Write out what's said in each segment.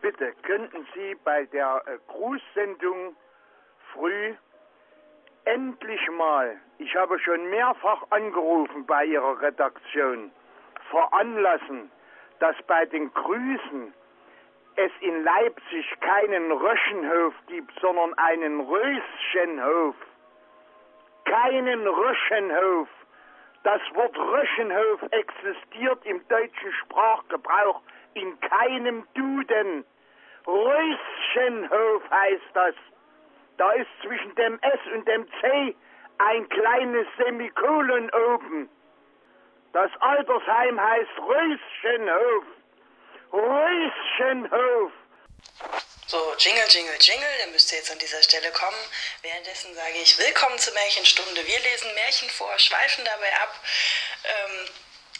bitte, könnten Sie bei der äh, Grußsendung früh endlich mal, ich habe schon mehrfach angerufen bei Ihrer Redaktion, veranlassen, dass bei den Grüßen es in Leipzig keinen Röschenhof gibt, sondern einen Röschenhof. Keinen Röschenhof. Das Wort Röschenhof existiert im deutschen Sprachgebrauch in keinem Duden. Röschenhof heißt das. Da ist zwischen dem S und dem C ein kleines Semikolon oben. Das Altersheim heißt Röschenhof. Röschenhof. So, Jingle, Jingle, Jingle, der müsste jetzt an dieser Stelle kommen. Währenddessen sage ich Willkommen zur Märchenstunde. Wir lesen Märchen vor, schweifen dabei ab. Ähm,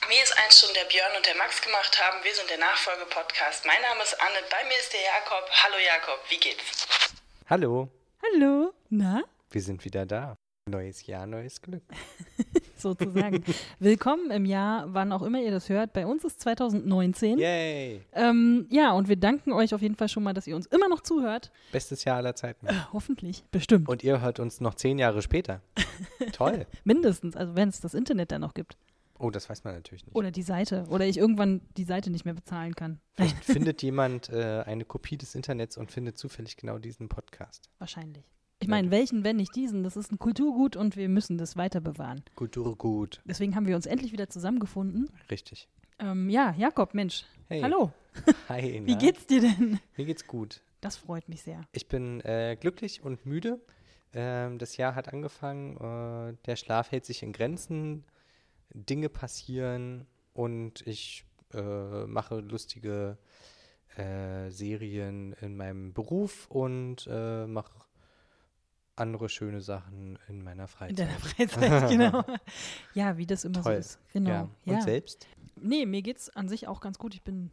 mir ist eins schon der Björn und der Max gemacht haben. Wir sind der Nachfolge-Podcast. Mein Name ist Anne, bei mir ist der Jakob. Hallo Jakob, wie geht's? Hallo, Hallo, na, wir sind wieder da. Neues Jahr, neues Glück. Hm? sozusagen. Willkommen im Jahr, wann auch immer ihr das hört. Bei uns ist 2019. Yay! Ähm, ja, und wir danken euch auf jeden Fall schon mal, dass ihr uns immer noch zuhört. Bestes Jahr aller Zeiten. Oh. Hoffentlich, bestimmt, Und ihr hört uns noch zehn Jahre später. Toll. mindestens. Also wenn es das Internet dann noch gibt. Oh, das weiß man natürlich nicht. Oder die Seite. Oder ich irgendwann die Seite nicht mehr bezahlen kann. Vielleicht findet jemand äh, eine Kopie des Internets und findet zufällig genau diesen Podcast. Wahrscheinlich. Ich meine, welchen, wenn nicht diesen? Das ist ein Kulturgut und wir müssen das weiter bewahren. Kulturgut. Deswegen haben wir uns endlich wieder zusammengefunden. Richtig. Ähm, ja, Jakob, Mensch. Hey. Hallo. Hi, na? Wie geht's dir denn? Mir geht's gut. Das freut mich sehr. Ich bin äh, glücklich und müde. Ähm, das Jahr hat angefangen. Äh, der Schlaf hält sich in Grenzen. Dinge passieren und ich äh, mache lustige äh, Serien in meinem Beruf und äh, mache andere schöne Sachen in meiner Freizeit. In deiner Freizeit, genau. Ja, wie das immer Toll. so ist. Genau. Ja. Ja. Und selbst? Nee, mir geht's an sich auch ganz gut. Ich bin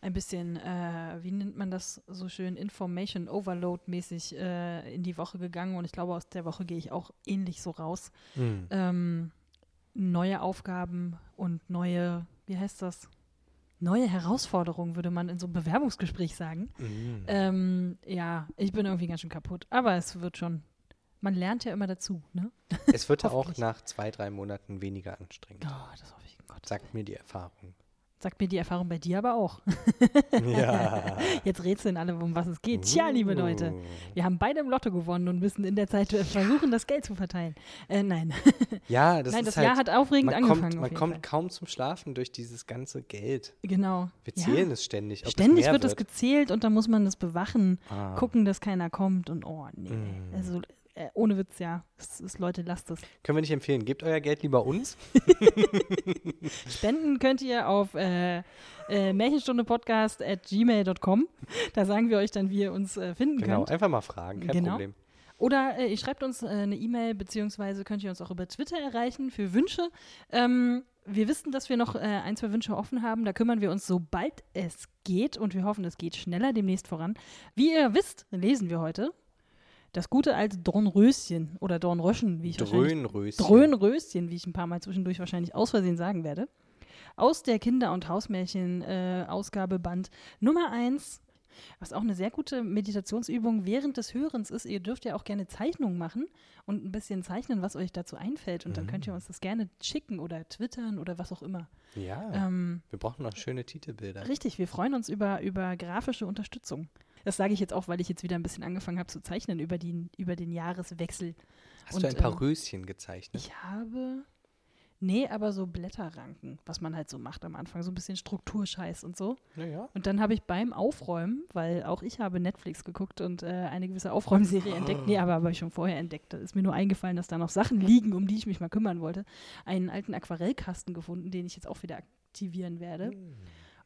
ein bisschen, äh, wie nennt man das so schön, Information Overload mäßig äh, in die Woche gegangen und ich glaube, aus der Woche gehe ich auch ähnlich so raus. Hm. Ähm, neue Aufgaben und neue, wie heißt das? Neue Herausforderungen, würde man in so einem Bewerbungsgespräch sagen. Mhm. Ähm, ja, ich bin irgendwie ganz schön kaputt, aber es wird schon. Man lernt ja immer dazu, ne? es wird auch hoffentlich. nach zwei, drei Monaten weniger anstrengend. Oh, das hoffe ich. Gott. Sagt mir die Erfahrung. Sagt mir die Erfahrung bei dir aber auch. ja. Jetzt rätseln alle, um was es geht. Tja, liebe Leute, Ah. Uh. wir haben beide im Lotto gewonnen und müssen in der Zeit äh, versuchen, das Geld zu verteilen. Äh, nein, Ja, das nein, ist das halt, Jahr hat aufregend man angefangen. Kommt, auf man jeden kommt Fall. kaum zum Schlafen durch dieses ganze Geld. Genau. Wir Ja. zählen es ständig. Ob Ständig es mehr wird es gezählt und dann muss man das bewachen, Ah. gucken, dass keiner kommt und oh, nee. Mm. Also, äh, ohne Witz, ja. Es ist, Leute, lasst es. Können wir nicht empfehlen. Gebt euer Geld lieber uns. Spenden könnt ihr auf äh, äh, märchenstunde-podcast at gmail.com. Da sagen wir euch dann, wie ihr uns äh, finden Genau, könnt. einfach mal fragen, kein Genau. Problem. Oder äh, ihr schreibt uns äh, eine E-Mail, beziehungsweise könnt ihr uns auch über Twitter erreichen für Wünsche. Ähm, wir wissen, dass wir noch äh, ein, zwei Wünsche offen haben. Da kümmern wir uns, sobald es geht. Und wir hoffen, es geht schneller demnächst voran. Wie ihr wisst, lesen wir heute das gute alte Dornröschen oder Dornröschen, wie ich wahrscheinlich Dröhnröschen. Dröhnröschen, wie ich ein paar Mal zwischendurch wahrscheinlich aus Versehen sagen werde. Aus der Kinder- und Hausmärchen-Ausgabe Band Nummer 1, was auch eine sehr gute Meditationsübung während des Hörens ist. Ihr dürft ja auch gerne Zeichnungen machen und ein bisschen zeichnen, was euch dazu einfällt. Mhm. Und dann könnt ihr uns das gerne schicken oder twittern oder was auch immer. Ja, Ähm, wir brauchen noch schöne Titelbilder. richtig, wir freuen uns über, über grafische Unterstützung. Das sage ich jetzt auch, weil ich jetzt wieder ein bisschen angefangen habe zu zeichnen über, die, über den Jahreswechsel. Hast und, du ein paar ähm, Röschen gezeichnet? Ich habe. Nee, aber so Blätterranken, was man halt so macht am Anfang, so ein bisschen Strukturscheiß und so. Naja. Und dann habe ich beim Aufräumen, weil auch ich habe Netflix geguckt und äh, eine gewisse Aufräumserie entdeckt, nee, aber habe ich schon vorher entdeckt, da ist mir nur eingefallen, dass da noch Sachen liegen, um die ich mich mal kümmern wollte, einen alten Aquarellkasten gefunden, den ich jetzt auch wieder aktivieren werde.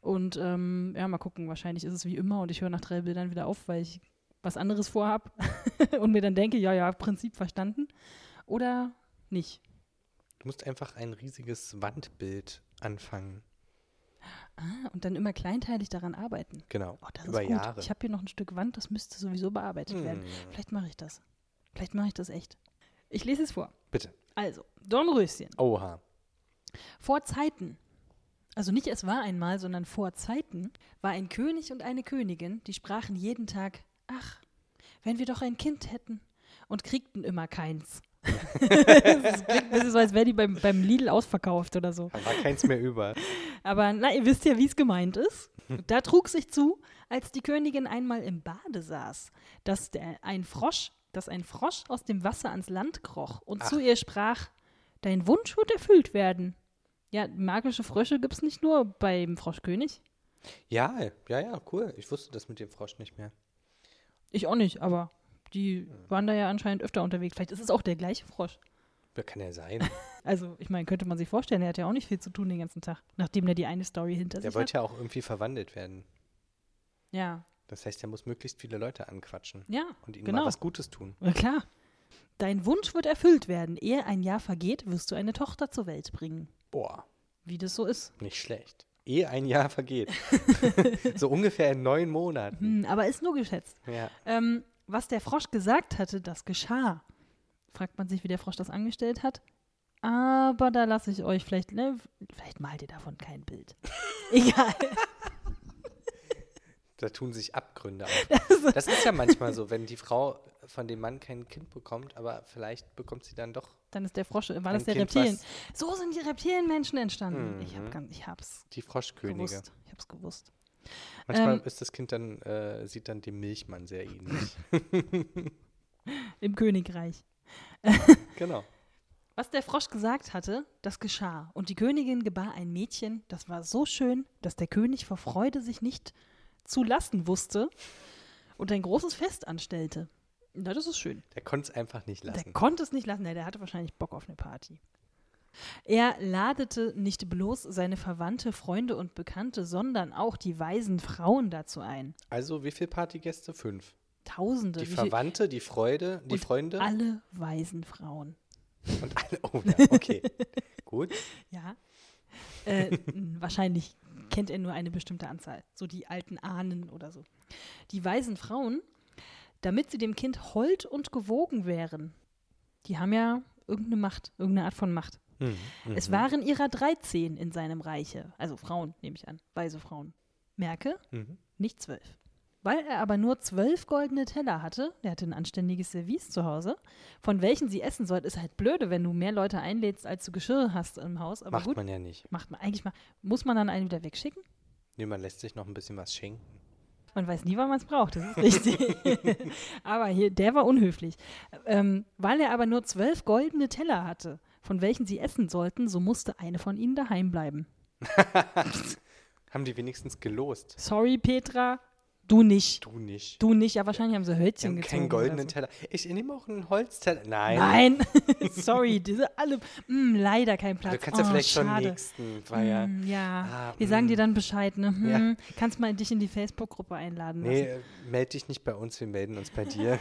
Und ähm, ja, mal gucken, wahrscheinlich ist es wie immer und ich höre nach drei Bildern wieder auf, weil ich was anderes vorhab und mir dann denke, ja, ja, Prinzip verstanden. Oder nicht. Du musst einfach ein riesiges Wandbild anfangen. Ah, und dann immer kleinteilig daran arbeiten. Genau. Oh, das Über ist gut. Jahre. Ich habe hier noch ein Stück Wand, das müsste sowieso bearbeitet werden. Hm. Vielleicht mache ich das. Vielleicht mache ich das echt. Ich lese es vor. Bitte. Also, Dornröschen. Oha. Vor Zeiten. Also nicht es war einmal, sondern vor Zeiten war ein König und eine Königin, die sprachen jeden Tag, ach, wenn wir doch ein Kind hätten und kriegten immer keins. das klingt ein bisschen so, als wäre die beim, beim Lidl ausverkauft oder so. Da war keins mehr über. Aber na, ihr wisst ja, wie es gemeint ist. Da trug sich zu, als die Königin einmal im Bade saß, dass der, ein Frosch, dass ein Frosch aus dem Wasser ans Land kroch und zu ihr sprach: Dein Wunsch wird erfüllt werden. Ja, magische Frösche gibt es nicht nur beim Froschkönig. Ja, ja, ja, cool. Ich wusste das mit dem Frosch nicht mehr. Ich auch nicht, aber die waren da ja anscheinend öfter unterwegs. Vielleicht ist es auch der gleiche Frosch. Ja, Kann ja sein. Also, ich meine, könnte man sich vorstellen, er hat ja auch nicht viel zu tun den ganzen Tag, nachdem der die eine Story hinter Der sich hat. wollte ja auch irgendwie verwandelt werden. Ja, Das heißt, er muss möglichst viele Leute anquatschen ja, und ihnen genau. mal was Gutes tun. Na klar. Dein Wunsch wird erfüllt werden. Ehe ein Jahr vergeht, wirst du eine Tochter zur Welt bringen. Boah, Wie das so ist. nicht schlecht. Ehe ein Jahr vergeht. so ungefähr in neun Monaten. Hm, aber ist nur geschätzt. Ja. Ähm, was der Frosch gesagt hatte, das geschah. Fragt man sich, wie der Frosch das angestellt hat. Aber da lasse ich euch vielleicht, ne, vielleicht malt ihr davon kein Bild. Egal. Da tun sich Abgründe Also auf. Das ist ja manchmal so, wenn die Frau von dem Mann kein Kind bekommt, aber vielleicht bekommt sie dann doch Dann ist der Frosch, war Ein das der Kind, Mhm. Reptilien. So sind die Reptilienmenschen entstanden. Ich, hab ganz, ich hab's die Froschkönige. gewusst. Ich hab's gewusst. Manchmal Ähm. ist das Kind dann, äh, sieht dann dem Milchmann sehr ähnlich. Im Königreich. genau. Was der Frosch gesagt hatte, das geschah. Und die Königin gebar ein Mädchen, das war so schön, dass der König vor Freude sich nicht zu lassen wusste und ein großes Fest anstellte. Na, das ist schön. Der konnte es einfach nicht lassen. Der konnte es nicht lassen, ja, der hatte wahrscheinlich Bock auf eine Party. Er ladete nicht bloß seine Verwandte, Freunde und Bekannte, sondern auch die weisen Frauen dazu ein. Also wie viele Partygäste? Fünf. Tausende. Die Also wie viel- Verwandte, die Freude, die und Freunde Alle weisen Frauen. und alle. Oh ja, okay. Gut. Ja. Äh, n- wahrscheinlich kennt er nur eine bestimmte Anzahl, so die alten Ahnen oder so. Die weisen Frauen, damit sie dem Kind hold und gewogen wären. Die haben ja irgendeine Macht, irgendeine Art von Macht. Mhm, Es waren ihrer 13 in seinem Reiche, also Frauen, nehme ich an, weise Frauen. Merke, Mhm. nicht zwölf. Weil er aber nur zwölf goldene Teller hatte, der hatte ein anständiges Service zu Hause, von welchen sie essen sollte, ist halt blöde, wenn du mehr Leute einlädst, als du Geschirr hast im Haus. Aber Macht gut, man ja nicht. macht man eigentlich mal. Muss man dann einen wieder wegschicken? Nee, man lässt sich noch ein bisschen was schenken. Man weiß nie, wann man es braucht, das ist richtig. aber hier, der war unhöflich. Ähm, weil er aber nur zwölf goldene Teller hatte, von welchen sie essen sollten, so musste eine von ihnen daheim bleiben. Haben die wenigstens gelost? Sorry, Petra, du nicht. Du nicht. Du nicht, ja, wahrscheinlich haben sie Die Hölzchen haben gezogen. keinen goldenen oder so. Teller. Ich nehme auch einen Holzteller. Nein. Nein, sorry, diese alle. Mm, leider kein Platz. Also, Du kannst ja oh, vielleicht schon schade. nächsten Feier. Mm, ja, Ah, wir sagen mm. dir dann Bescheid. Ne? Hm, Kannst mal dich in die Facebook-Gruppe einladen. Also, Nee, lassen. äh, meld dich nicht bei uns, wir melden uns bei dir.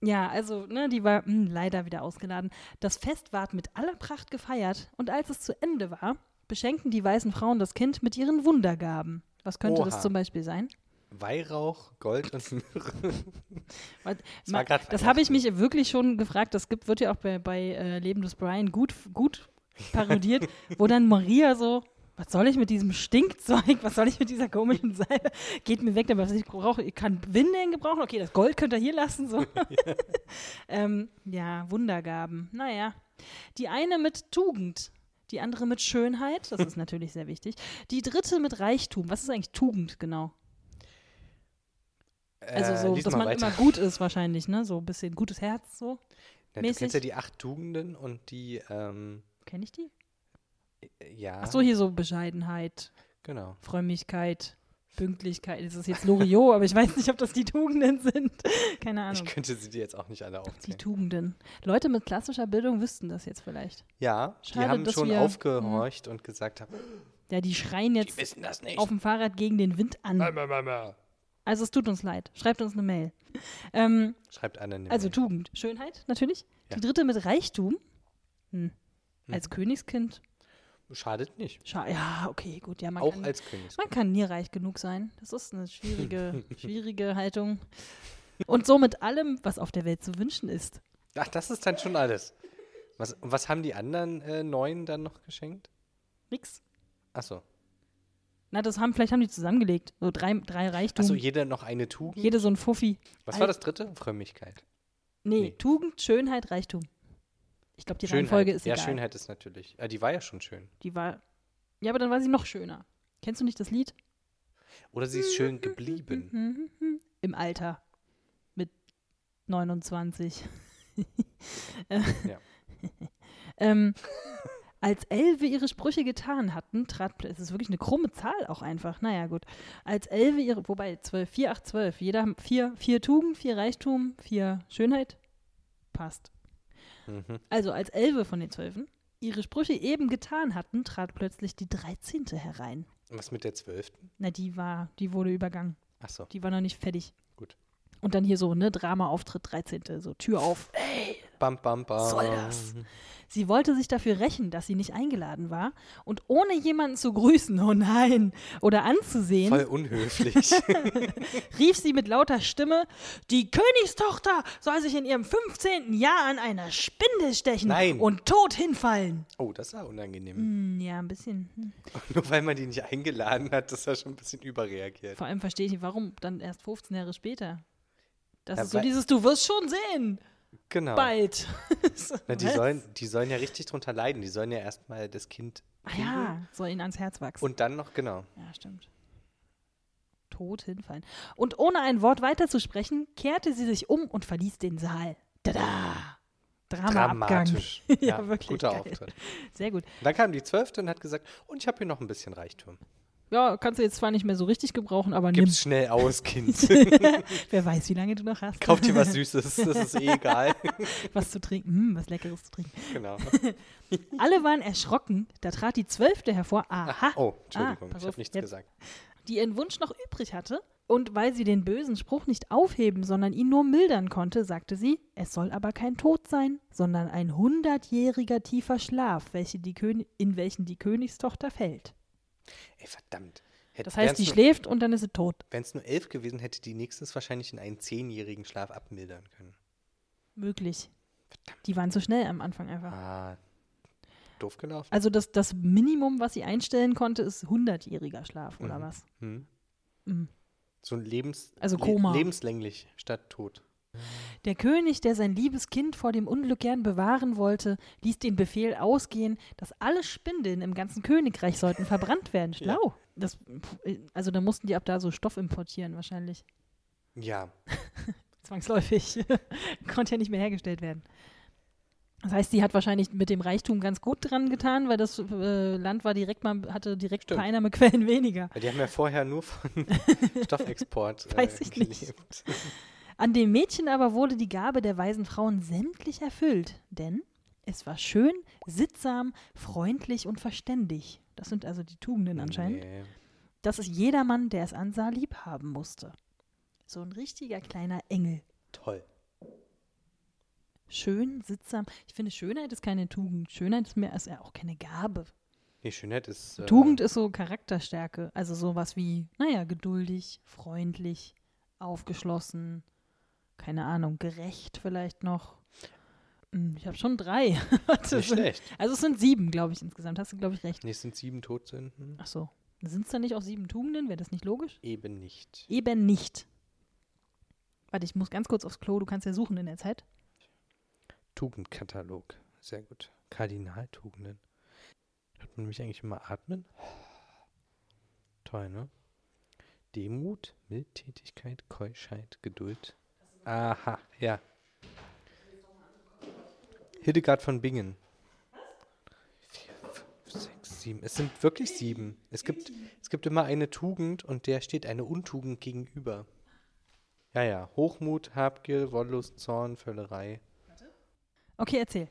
Ja, also ne, die war mm, leider wieder ausgeladen. Das Fest ward mit aller Pracht gefeiert und als es zu Ende war, beschenkten die weißen Frauen das Kind mit ihren Wundergaben. Was könnte das Oha. zum Beispiel sein? Weihrauch, Gold und Myrrhe. Weil- Es war ma- grad Das habe ich mich Weihnachten. wirklich schon gefragt. Das gibt, wird ja auch bei, bei äh, Leben des Brian gut, gut parodiert, wo dann Maria so. Was soll ich mit diesem Stinkzeug? Was soll ich mit dieser komischen Salbe? Geht mir weg, damit was ich brauche. Ich kann Windeln gebrauchen. Okay, das Gold könnt ihr hier lassen. So. ähm, ja, Wundergaben. Naja. Die eine mit Tugend, die andere mit Schönheit. Das ist natürlich sehr wichtig. Die dritte mit Reichtum. Was ist eigentlich Tugend genau? Also Äh, so, lies dass mal man weiter. immer gut ist wahrscheinlich, ne? So ein bisschen gutes Herz, so. Na, du mäßig- kennst ja die acht Tugenden und die, ähm, Kenne ich die? äh, ja. Ach so, hier so Bescheidenheit, Genau. Frömmigkeit, Pünktlichkeit. Das ist jetzt Loriot, aber ich weiß nicht, ob das die Tugenden sind. Keine Ich Ahnung. könnte sie dir jetzt auch nicht alle Die aufzählen. Tugenden. Leute mit klassischer Bildung wüssten das jetzt vielleicht. Ja, die Schade, haben dass schon wir- Hm. aufgehorcht und gesagt haben, Ja, die schreien die jetzt wissen das nicht. auf dem Fahrrad gegen den Wind an. Mama, Mama. Also es tut uns leid. Schreibt uns eine Mail. Ähm, Schreibt Anne eine also Mail. Tugend, Schönheit natürlich. Ja. Die dritte mit Reichtum. Hm. Als Königskind. Schadet nicht. Scha ja, okay, gut. Ja, man auch kann als König. Man kann nie reich genug sein. Das ist eine schwierige, schwierige Haltung. Und so mit allem, was auf der Welt zu wünschen ist. Ach, das ist dann schon alles. Was, und was haben die anderen äh, neun dann noch geschenkt? Nix. Achso. Na, das haben, vielleicht haben die zusammengelegt. So drei, drei Reichtum. Achso, jeder noch eine Tugend. Jede so ein Fuffi. Was war das dritte? Frömmigkeit. Nee, Nee. Tugend, Schönheit, Reichtum. Ich glaube, die Reihenfolge ist ja, egal. Schönheit ist natürlich. Äh, die war ja schon schön. Die war. Ja, aber dann war sie noch schöner. Kennst du nicht das Lied? Oder sie ist schön geblieben. Im Alter. Mit 29. Ja. Äh, Ähm, als Elve ihre Sprüche getan hatten, trat, pl- es ist wirklich eine krumme Zahl auch einfach, naja gut, als Elve ihre, wobei 12, 4, 8, 12, jeder haben vier, vier Tugend, vier Reichtum, vier Schönheit, passt. Mhm. Also als Elve von den Zwölfen ihre Sprüche eben getan hatten, trat plötzlich die 13. herein. Und Was mit der zwölften? Na, die war, die wurde übergangen, Achso. die war noch nicht fertig. Gut. Und dann hier so, ne, Drama-Auftritt 13., so Tür auf. Bam, bam, bam. soll das? Sie wollte sich dafür rächen, dass sie nicht eingeladen war und ohne jemanden zu grüßen, oh nein, oder anzusehen, Voll unhöflich. rief sie mit lauter Stimme, die Königstochter soll sich in ihrem 15. Jahr an einer Spindel stechen Nein. und tot hinfallen. oh, das war unangenehm. Hm, ja, ein bisschen. Hm. Nur weil man die nicht eingeladen hat, das war schon ein bisschen überreagiert. Vor allem verstehe ich nicht, warum dann erst 15 Jahre später. Das Ja, ist so weil- dieses, du wirst schon sehen, Genau. bald. ne? Na, die, Was? sollen, die sollen ja richtig drunter leiden. Die sollen ja erstmal das Kind Ah ja, soll ihnen ans Herz wachsen. und dann noch, genau. Ja, stimmt. Tot hinfallen. Und ohne ein Wort weiterzusprechen, kehrte sie sich um und verließ den Saal. Tada! Dramaabgang. Dramatisch. ja, wirklich. Guter geil. Auftritt. Sehr gut. Dann kam die Zwölfte und hat gesagt, und ich habe hier noch ein bisschen Reichtum. Ja, kannst du jetzt zwar nicht mehr so richtig gebrauchen, aber nimm. Gib's schnell aus, Kind. Wer weiß, wie lange du noch hast. Kauf dir was Süßes, das ist eh egal. was zu trinken, hm, was Leckeres zu trinken. genau. Alle waren erschrocken, da trat die Zwölfte hervor. Aha. Oh, Entschuldigung, Ah, pass ich auf, habe nichts jetzt- gesagt. die ihren Wunsch noch übrig hatte. Und weil sie den bösen Spruch nicht aufheben, sondern ihn nur mildern konnte, sagte sie, es soll aber kein Tod sein, sondern ein hundertjähriger tiefer Schlaf, welche die König, in welchen die Königstochter fällt. Ey, verdammt. Hätt- Das heißt, die wär's nur- schläft und dann ist sie tot. Wenn's nur elf gewesen, hätte die nächstes wahrscheinlich in einen zehnjährigen Schlaf abmildern können. Möglich. Die waren zu schnell am Anfang einfach. Ah, doof gelaufen. Also das, das Minimum, was sie einstellen konnte, ist hundertjähriger Schlaf, oder Mhm. was? Hm. Mhm. So ein Lebens Also Koma. Le lebenslänglich statt tot. Der König, der sein liebes Kind vor dem Unglück gern bewahren wollte, ließ den Befehl ausgehen, dass alle Spindeln im ganzen Königreich sollten verbrannt werden. Schlau. Das, pf, äh, also da mussten die ab da so Stoff importieren wahrscheinlich. Ja, Zwangsläufig. Konnte ja nicht mehr hergestellt werden. Das heißt, sie hat wahrscheinlich mit dem Reichtum ganz gut dran getan, weil das äh, Land war direkt mal, hatte direkt ein Stimmt. paar Einnahmequellen weniger. weil die haben ja vorher nur von Stoffexport äh, Weiß ich nicht. gelebt. An dem Mädchen aber wurde die Gabe der weisen Frauen sämtlich erfüllt, denn es war schön, sittsam, freundlich und verständig. Das sind also die Tugenden anscheinend. Nee. Dass es jedermann, der es ansah, lieb haben musste. So ein richtiger kleiner Engel. Toll. Schön, sittsam. Ich finde, Schönheit ist keine Tugend. Schönheit ist mehr ist ja auch keine Gabe. Nee, Schönheit ist. äh, Tugend ist so Charakterstärke. Also sowas wie, naja, geduldig, freundlich, aufgeschlossen, keine Ahnung, gerecht vielleicht noch. Hm, Ich habe schon drei. Warte, Nicht es sind- schlecht. Also es sind sieben, glaube ich, insgesamt. Hast du, glaube ich, recht. Nee, es sind sieben Todsünden. Ach so. Sind es dann nicht auch sieben Tugenden? Wäre das nicht logisch? Eben nicht. Eben nicht. Warte, ich muss ganz kurz aufs Klo. Du kannst ja suchen in der Zeit. Tugendkatalog. Sehr gut. Kardinaltugenden. Hört man mich eigentlich immer atmen? Toll, ne? Demut, Mildtätigkeit, Keuschheit, Geduld. Aha, ja. Hildegard von Bingen. Vier, fünf, sechs, sieben. Es sind wirklich sieben. Es gibt, es gibt immer eine Tugend und der steht eine Untugend gegenüber. Ja, ja. Hochmut, Habgier, Wollust, Zorn, Völlerei. Okay, erzähl.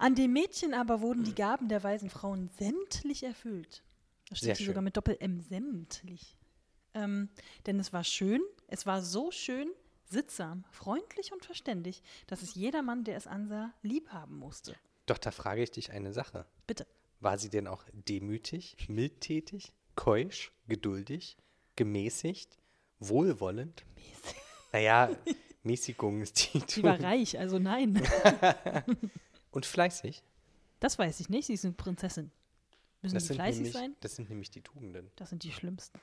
An dem Mädchen aber wurden die Gaben der weisen Frauen sämtlich erfüllt. Da steht Sehr hier schön. sogar mit Doppel-M, sämtlich. Ähm, denn es war schön, es war so schön, sittsam, freundlich und verständig, dass es jedermann, der es ansah, lieb haben musste. Doch, da frage ich dich eine Sache. Bitte. War sie denn auch demütig, mildtätig, keusch, geduldig, gemäßigt, wohlwollend? Mäßig. Naja, Mäßigung ist die Die war Tugend. reich, also nein. Und fleißig? Das weiß ich nicht, sie ist eine Prinzessin. Müssen Das die sind, fleißig nämlich, sein? das sind nämlich die Tugenden. Das sind die schlimmsten.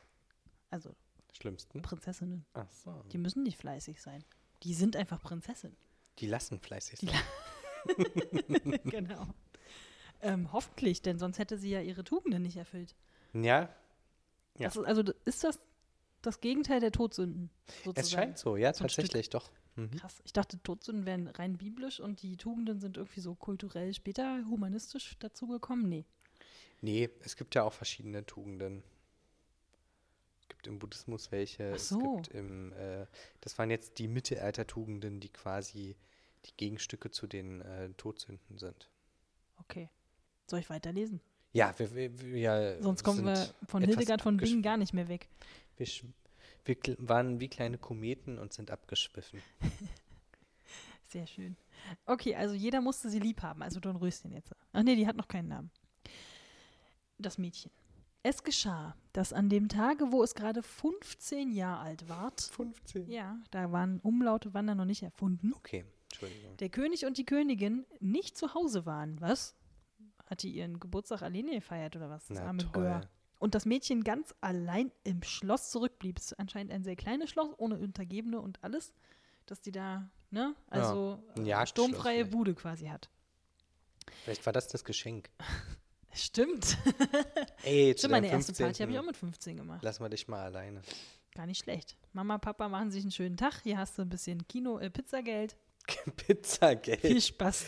Also Schlimmsten. Prinzessinnen. Ach so. Die müssen nicht fleißig sein. Die sind einfach Prinzessinnen. Die lassen fleißig Die sein. genau. Ähm, hoffentlich, denn sonst hätte sie ja ihre Tugenden nicht erfüllt. Ja, Ja. Das ist, also d- ist das das Gegenteil der Todsünden? Sozusagen. es scheint so, ja, So ein Stück. tatsächlich, doch. Mhm. Krass. Ich dachte, Todsünden wären rein biblisch und die Tugenden sind irgendwie so kulturell später humanistisch dazugekommen. Nee. Nee, es gibt ja auch verschiedene Tugenden. Es gibt im Buddhismus welche, Ach so. es gibt im, äh, das waren jetzt die Mittelaltertugenden, die quasi die Gegenstücke zu den äh, Todsünden sind. Okay. Soll ich weiterlesen? Ja, wir, wir, wir ja, Sonst kommen wir Äh, sind von etwas Hildegard von abgeschw- Bingen gar nicht mehr weg. Wir, sch- wir kl- waren wie kleine Kometen und sind abgeschwiffen. Sehr schön. Okay, also jeder musste sie lieb haben, also Don Röschen jetzt. Ach nee, die hat noch keinen Namen. Das Mädchen. Es geschah, dass an dem Tage, wo es gerade 15 Jahre alt ward, 15. ja, da waren Umlaute, waren da noch nicht erfunden, Okay, Entschuldigung. der König und die Königin nicht zu Hause waren. Was? Hat die ihren Geburtstag alleine gefeiert oder was? Das Na arme toll. Gör. Und das Mädchen ganz allein im Schloss zurückblieb. Es ist anscheinend ein sehr kleines Schloss, ohne Untergebene und alles, dass die da, ne? Also ein äh, Jagdschloss sturmfreie vielleicht. Bude quasi hat. Vielleicht war das das Geschenk. Stimmt. Ey, zu Stimmt, meine deinem erste Party habe 15.. ich auch mit 15 gemacht. Lass mal dich mal alleine. Gar nicht schlecht. Mama, Papa machen sich einen schönen Tag. Hier hast du ein bisschen Kino, äh, Pizzageld. Viel Pizzageld. Spaß.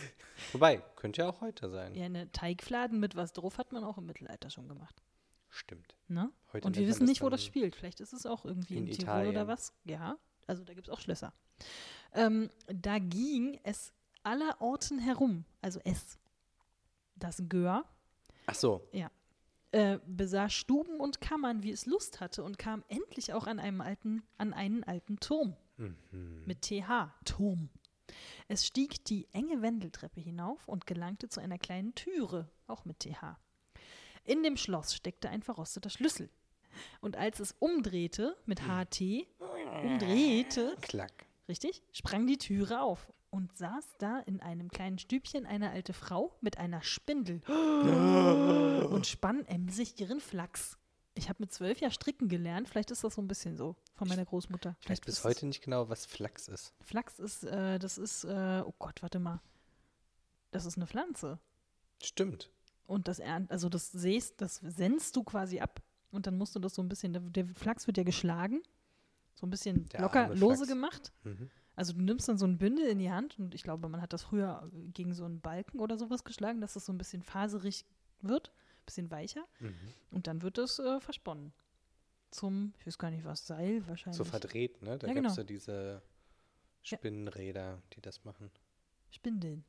Wobei, könnte ja auch heute sein. Ja, eine Teigfladen mit was drauf hat man auch im Mittelalter schon gemacht. Stimmt. Ne? Heute und nennt wir man wissen das nicht, wo das dann spielt. Vielleicht ist es auch irgendwie in, in Tirol oder Italien. was. Ja, also da gibt es auch Schlösser. Ähm, da ging es aller Orten herum, also es, das Gör, Ach so, äh, besah Stuben und Kammern, wie es Lust hatte und kam endlich auch an, einem alten, an einen alten Turm. Mit TH, Turm. Es stieg die enge Wendeltreppe hinauf und gelangte zu einer kleinen Türe, auch mit TH. In dem Schloss steckte ein verrosteter Schlüssel. Und als es umdrehte, mit HT, umdrehte, klack. richtig, sprang die Türe auf und saß da in einem kleinen Stübchen eine alte Frau mit einer Spindel und spann emsig ihren Flachs. Ich habe mit zwölf Jahren stricken gelernt, vielleicht ist das so ein bisschen so von meiner Großmutter. Ich weiß Vielleicht bis ist- heute nicht genau, was Flachs ist. Flachs ist, äh, das ist, äh, oh Gott, warte mal. Das ist eine Pflanze. Stimmt. Und das ernt, also das säst, das senst du quasi ab und dann musst du das so ein bisschen, der, der Flachs wird ja geschlagen, so ein bisschen Der locker arme lose Flachs. gemacht. Mhm. Also du nimmst dann so ein Bündel in die Hand und ich glaube, man hat das früher gegen so einen Balken oder sowas geschlagen, dass das so ein bisschen faserig wird, ein bisschen weicher Mhm. und dann wird es äh, versponnen. Zum, ich weiß gar nicht was, Seil wahrscheinlich. So verdreht, ne? Da Ja, gab es genau. ja diese Ja. Spinnenräder, die das machen. Spindeln.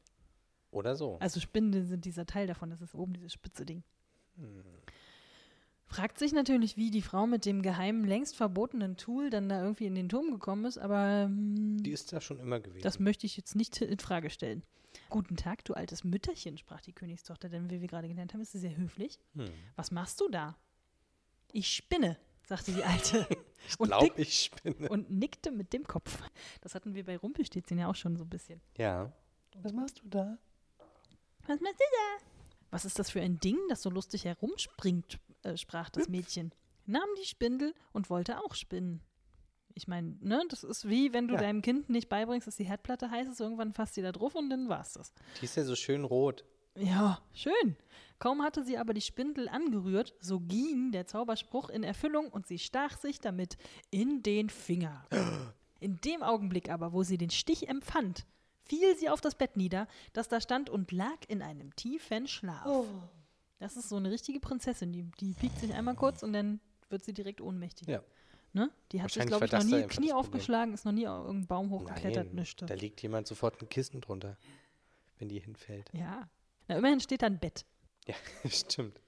Oder so. Also Spindeln sind dieser Teil davon, das ist oben dieses spitze Ding. Fragt sich natürlich, wie die Frau mit dem geheimen, längst verbotenen Tool dann da irgendwie in den Turm gekommen ist, aber hm, die ist da schon immer gewesen. das möchte ich jetzt nicht in Frage stellen. Guten Tag, du altes Mütterchen, sprach die Königstochter, denn wie wir gerade gelernt haben, ist sie sehr höflich. hm. Was machst du da? Ich spinne, sagte die Alte. Ich und glaube, dick- ich spinne. und nickte mit dem Kopf. Das hatten wir bei Rumpelstilzchen ja auch schon so ein bisschen. Ja. Was machst du da? Was machst du da? Was ist das für ein Ding, das so lustig herumspringt? Äh, sprach das Mädchen. Nahm die Spindel und wollte auch spinnen. Ich meine, ne, das ist wie wenn du Ja. deinem Kind nicht beibringst, dass die Herdplatte heiß ist, irgendwann fasst sie da drauf und dann war's das. Die ist ja so schön rot. Ja, schön. Kaum hatte sie aber die Spindel angerührt, so ging der Zauberspruch in Erfüllung und sie stach sich damit in den Finger. In dem Augenblick aber, wo sie den Stich empfand, fiel sie auf das Bett nieder, das da stand und lag in einem tiefen Schlaf. Das ist so eine richtige Prinzessin, die, die piekt sich einmal kurz und dann wird sie direkt ohnmächtig. Ja. Ne? Die hat sich, Wahrscheinlich glaube ich, war noch das da nie einfach Knie das Problem. aufgeschlagen, ist noch nie auf irgendeinen Baum hochgeklettert, Nein, nichts. da liegt jemand sofort ein Kissen drunter, wenn die hinfällt. Ja. Na, immerhin steht da ein Bett. Ja, stimmt.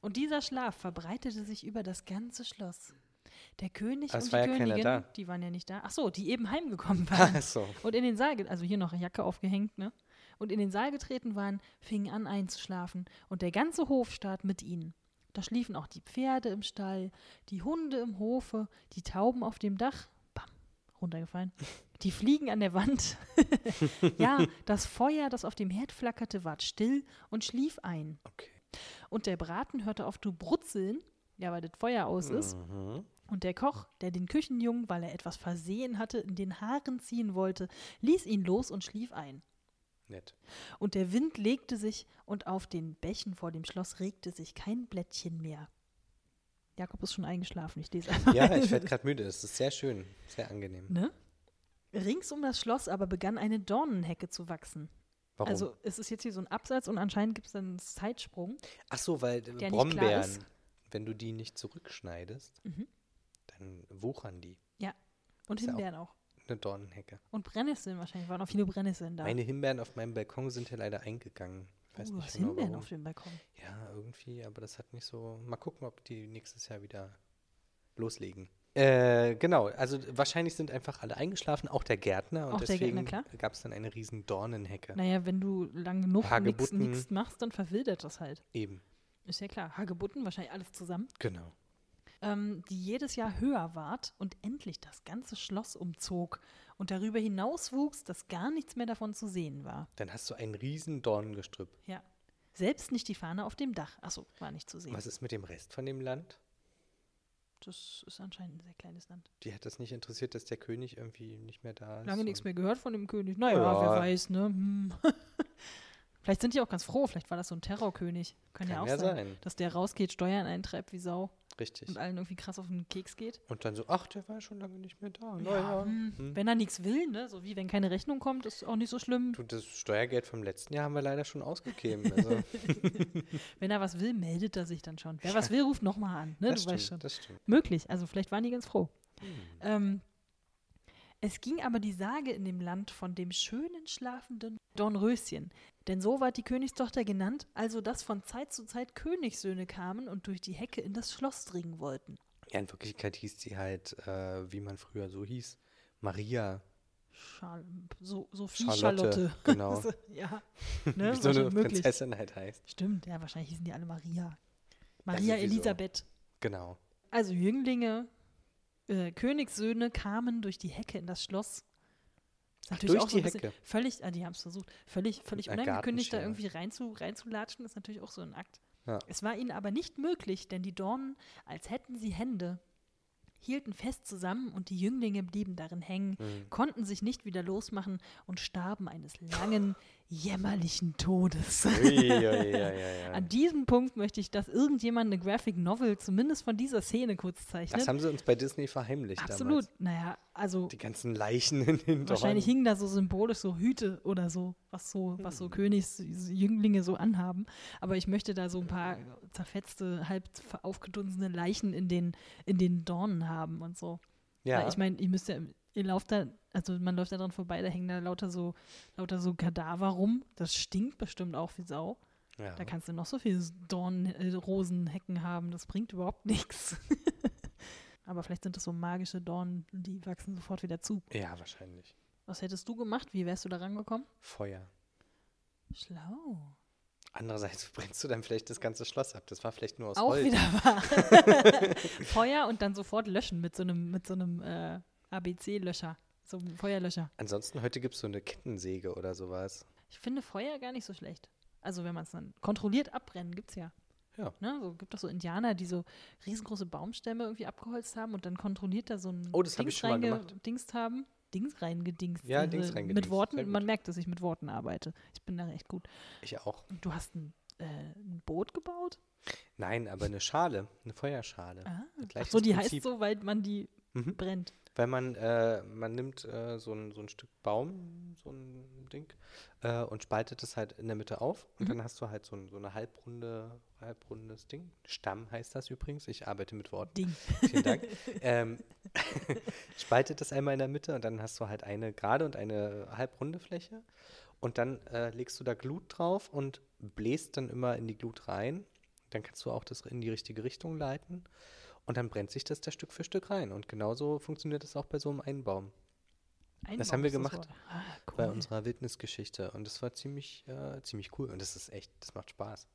Und dieser Schlaf verbreitete sich über das ganze Schloss. Der König Aber Ah, es und war die ja keiner Königin, da. die waren ja nicht da. Ach so, die eben heimgekommen waren. Ach so. und in den Saal, ge- also hier noch Jacke aufgehängt, ne? Und in den Saal getreten waren, fingen an einzuschlafen und der ganze Hofstaat mit ihnen. Da schliefen auch die Pferde im Stall, die Hunde im Hofe, die Tauben auf dem Dach. Bam, runtergefallen. Die Fliegen an der Wand. ja, das Feuer, das auf dem Herd flackerte, ward still und schlief ein. Okay. Und der Braten hörte auf zu brutzeln, ja, weil das Feuer aus Mhm. ist. Und der Koch, der den Küchenjungen, weil er etwas versehen hatte, in den Haaren ziehen wollte, ließ ihn los und schlief ein. Nett. Und der Wind legte sich, und auf den Bächen vor dem Schloss regte sich kein Blättchen mehr. Jakob ist schon eingeschlafen, ich lese einfach. Ja, ich werde gerade müde. Es ist sehr schön, sehr angenehm. Ne? Rings um das Schloss aber begann eine Dornenhecke zu wachsen. Warum? Also es ist jetzt hier so ein Absatz und anscheinend gibt es dann einen Zeitsprung. Ach so, weil äh, nicht klar Brombeeren, ist. Mhm. wenn du die nicht zurückschneidest, dann wuchern die. Ja. Und Ist ja auch- Himbeeren auch. Eine Dornenhecke. Und Brennnesseln wahrscheinlich, waren auch viele Brennnesseln da. Meine Himbeeren auf meinem Balkon sind ja leider eingegangen. Ich weiß oh, du nicht hast genau Himbeeren warum. auf dem Balkon. Ja, irgendwie, aber das hat nicht so. Mal gucken, ob die nächstes Jahr wieder loslegen. Äh, genau, also wahrscheinlich sind einfach alle eingeschlafen, auch der Gärtner und Auch der Gärtner, Ne. deswegen gab es dann eine riesen Dornenhecke. Naja, wenn du lang genug nichts Hagebutten. nichts machst, dann verwildert das halt. Eben, Ist ja klar. Hagebutten, wahrscheinlich alles zusammen. genau. ähm, die jedes Jahr höher ward und endlich das ganze Schloss umzog und darüber hinaus wuchs, dass gar nichts mehr davon zu sehen war. Dann hast du ein riesen Dornengestrüpp. Ja. Selbst nicht die Fahne auf dem Dach. Achso, war nicht zu sehen. Was ist mit dem Rest von dem Land? Das ist anscheinend ein sehr kleines Land. Die hat das nicht interessiert, dass der König irgendwie nicht mehr da ist. Lange nichts und- mehr gehört von dem König. Naja, Ja. wer weiß, ne? Hm. vielleicht sind die auch ganz froh. Vielleicht war das so ein Terrorkönig. Kann, ja Kann auch ja sein, sein. Dass der rausgeht, Steuern eintreibt wie Sau Richtig. und allen irgendwie krass auf den Keks geht. Und dann so, ach, der war schon lange nicht mehr da. Ja, Naja. hm. Wenn er nichts will, ne? So wie wenn keine Rechnung kommt, ist auch nicht so schlimm. Du, das Steuergeld vom letzten Jahr haben wir leider schon ausgegeben. Also, Wenn er was will, meldet er sich dann schon. Wer was will, ruft nochmal an. Ne? Du das, weißt schon. stimmt, Hm. das stimmt. Möglich. Also vielleicht waren die ganz froh. Ähm, es ging aber die Sage in dem Land von dem schönen schlafenden Dornröschen. Denn so ward die Königstochter genannt, also dass von Zeit zu Zeit Königssöhne kamen und durch die Hecke in das Schloss dringen wollten. Ja, in Wirklichkeit hieß sie halt, äh, wie man früher so hieß, Maria. Schal so, Sophie Charlotte. Charlotte, genau. ja. Ne? wie so eine Wahrscheinlich möglich. Prinzessin halt heißt. Stimmt, ja, wahrscheinlich hießen die alle Maria. Maria sowieso. Elisabeth. Genau. Also Jünglinge, äh, Königssöhne kamen durch die Hecke in das Schloss. Ist natürlich durch auch so ein die bisschen Hecke. Völlig, ah, die haben es versucht, völlig, völlig einer unangekündigt da Gartenschere. irgendwie reinzu, reinzulatschen, ist natürlich auch so ein Akt. Ja. Es war ihnen aber nicht möglich, denn die Dornen, als hätten sie Hände, hielten fest zusammen und die Jünglinge blieben darin hängen, Mhm. konnten sich nicht wieder losmachen und starben eines langen, jämmerlichen Todes. An Ah, Uiuiuiui. diesem Punkt möchte ich, dass irgendjemand eine Graphic Novel zumindest von dieser Szene kurz zeichnet. Das haben sie uns bei Disney verheimlicht ne? Absolut. damals. Naja, also Die ganzen Leichen in den wahrscheinlich Dornen. hingen da so symbolisch so Hüte oder so, was so, was Hm. so Königsjünglinge so anhaben. Aber ich möchte da so ein paar zerfetzte, halb ver- aufgedunsene Leichen in den, in den Dornen haben und so. Weil Ja, ich meine, ihr müsst ja, ihr lauft da, also man läuft da dran vorbei, da hängen da lauter so, lauter so Kadaver rum. Das stinkt bestimmt auch wie Sau. ja. Da kannst du noch so viele Dorn, äh, Rosenhecken haben, das bringt überhaupt nichts. Aber vielleicht sind das so magische Dornen, die wachsen sofort wieder zu. ja, wahrscheinlich. Was hättest du gemacht? Wie wärst du da rangekommen? Feuer. Schlau. Andererseits brennst du dann vielleicht das ganze Schloss ab. Das war vielleicht nur aus Auch Holz. wieder wahr. Feuer und dann sofort löschen mit so einem, mit so einem äh, ABC-Löscher, so einem Feuerlöscher. Ansonsten heute gibt es so eine Kettensäge oder sowas. Ich finde Feuer gar nicht so schlecht. Also wenn man es dann kontrolliert abbrennen, gibt's ja. Ja. Ne? So, gibt doch so Indianer, die so riesengroße Baumstämme irgendwie abgeholzt haben und dann kontrolliert da so ein Oh, das hab ich schon mal gemacht. reingedingst haben. Dings reingedingst. Ja, Dings Mit reingedingst. Sehr Worten, gut. man merkt, dass ich mit Worten arbeite. Ich bin da echt gut. Ich auch. Und du hast ein, äh, ein Boot gebaut? Nein, aber eine Schale, eine Feuerschale. Ah. Ach Gleiches so, die heißt Prinzip. so, weil man die Mhm. brennt. Weil man, äh, man nimmt äh, so, ein, so ein Stück Baum, so ein Ding, äh, und spaltet es halt in der Mitte auf. Mhm. Und dann hast du halt so, ein, so eine halbrunde, halbrundes Ding. Stamm heißt das übrigens. Ich arbeite mit Worten. Ding. Vielen Dank. ähm, spaltet das einmal in der Mitte und dann hast du halt eine gerade und eine halbrunde Fläche. Und dann äh, legst du da Glut drauf und bläst dann immer in die Glut rein. Dann kannst du auch das in die richtige Richtung leiten. Und dann brennt sich das da Stück für Stück rein. Und genauso funktioniert das auch bei so einem Einbaum Das Einbaum haben wir ist gemacht Wort. Ah, cool. bei unserer Wildnisgeschichte. Und das war ziemlich, äh, ziemlich cool. Und das ist echt, das macht Spaß.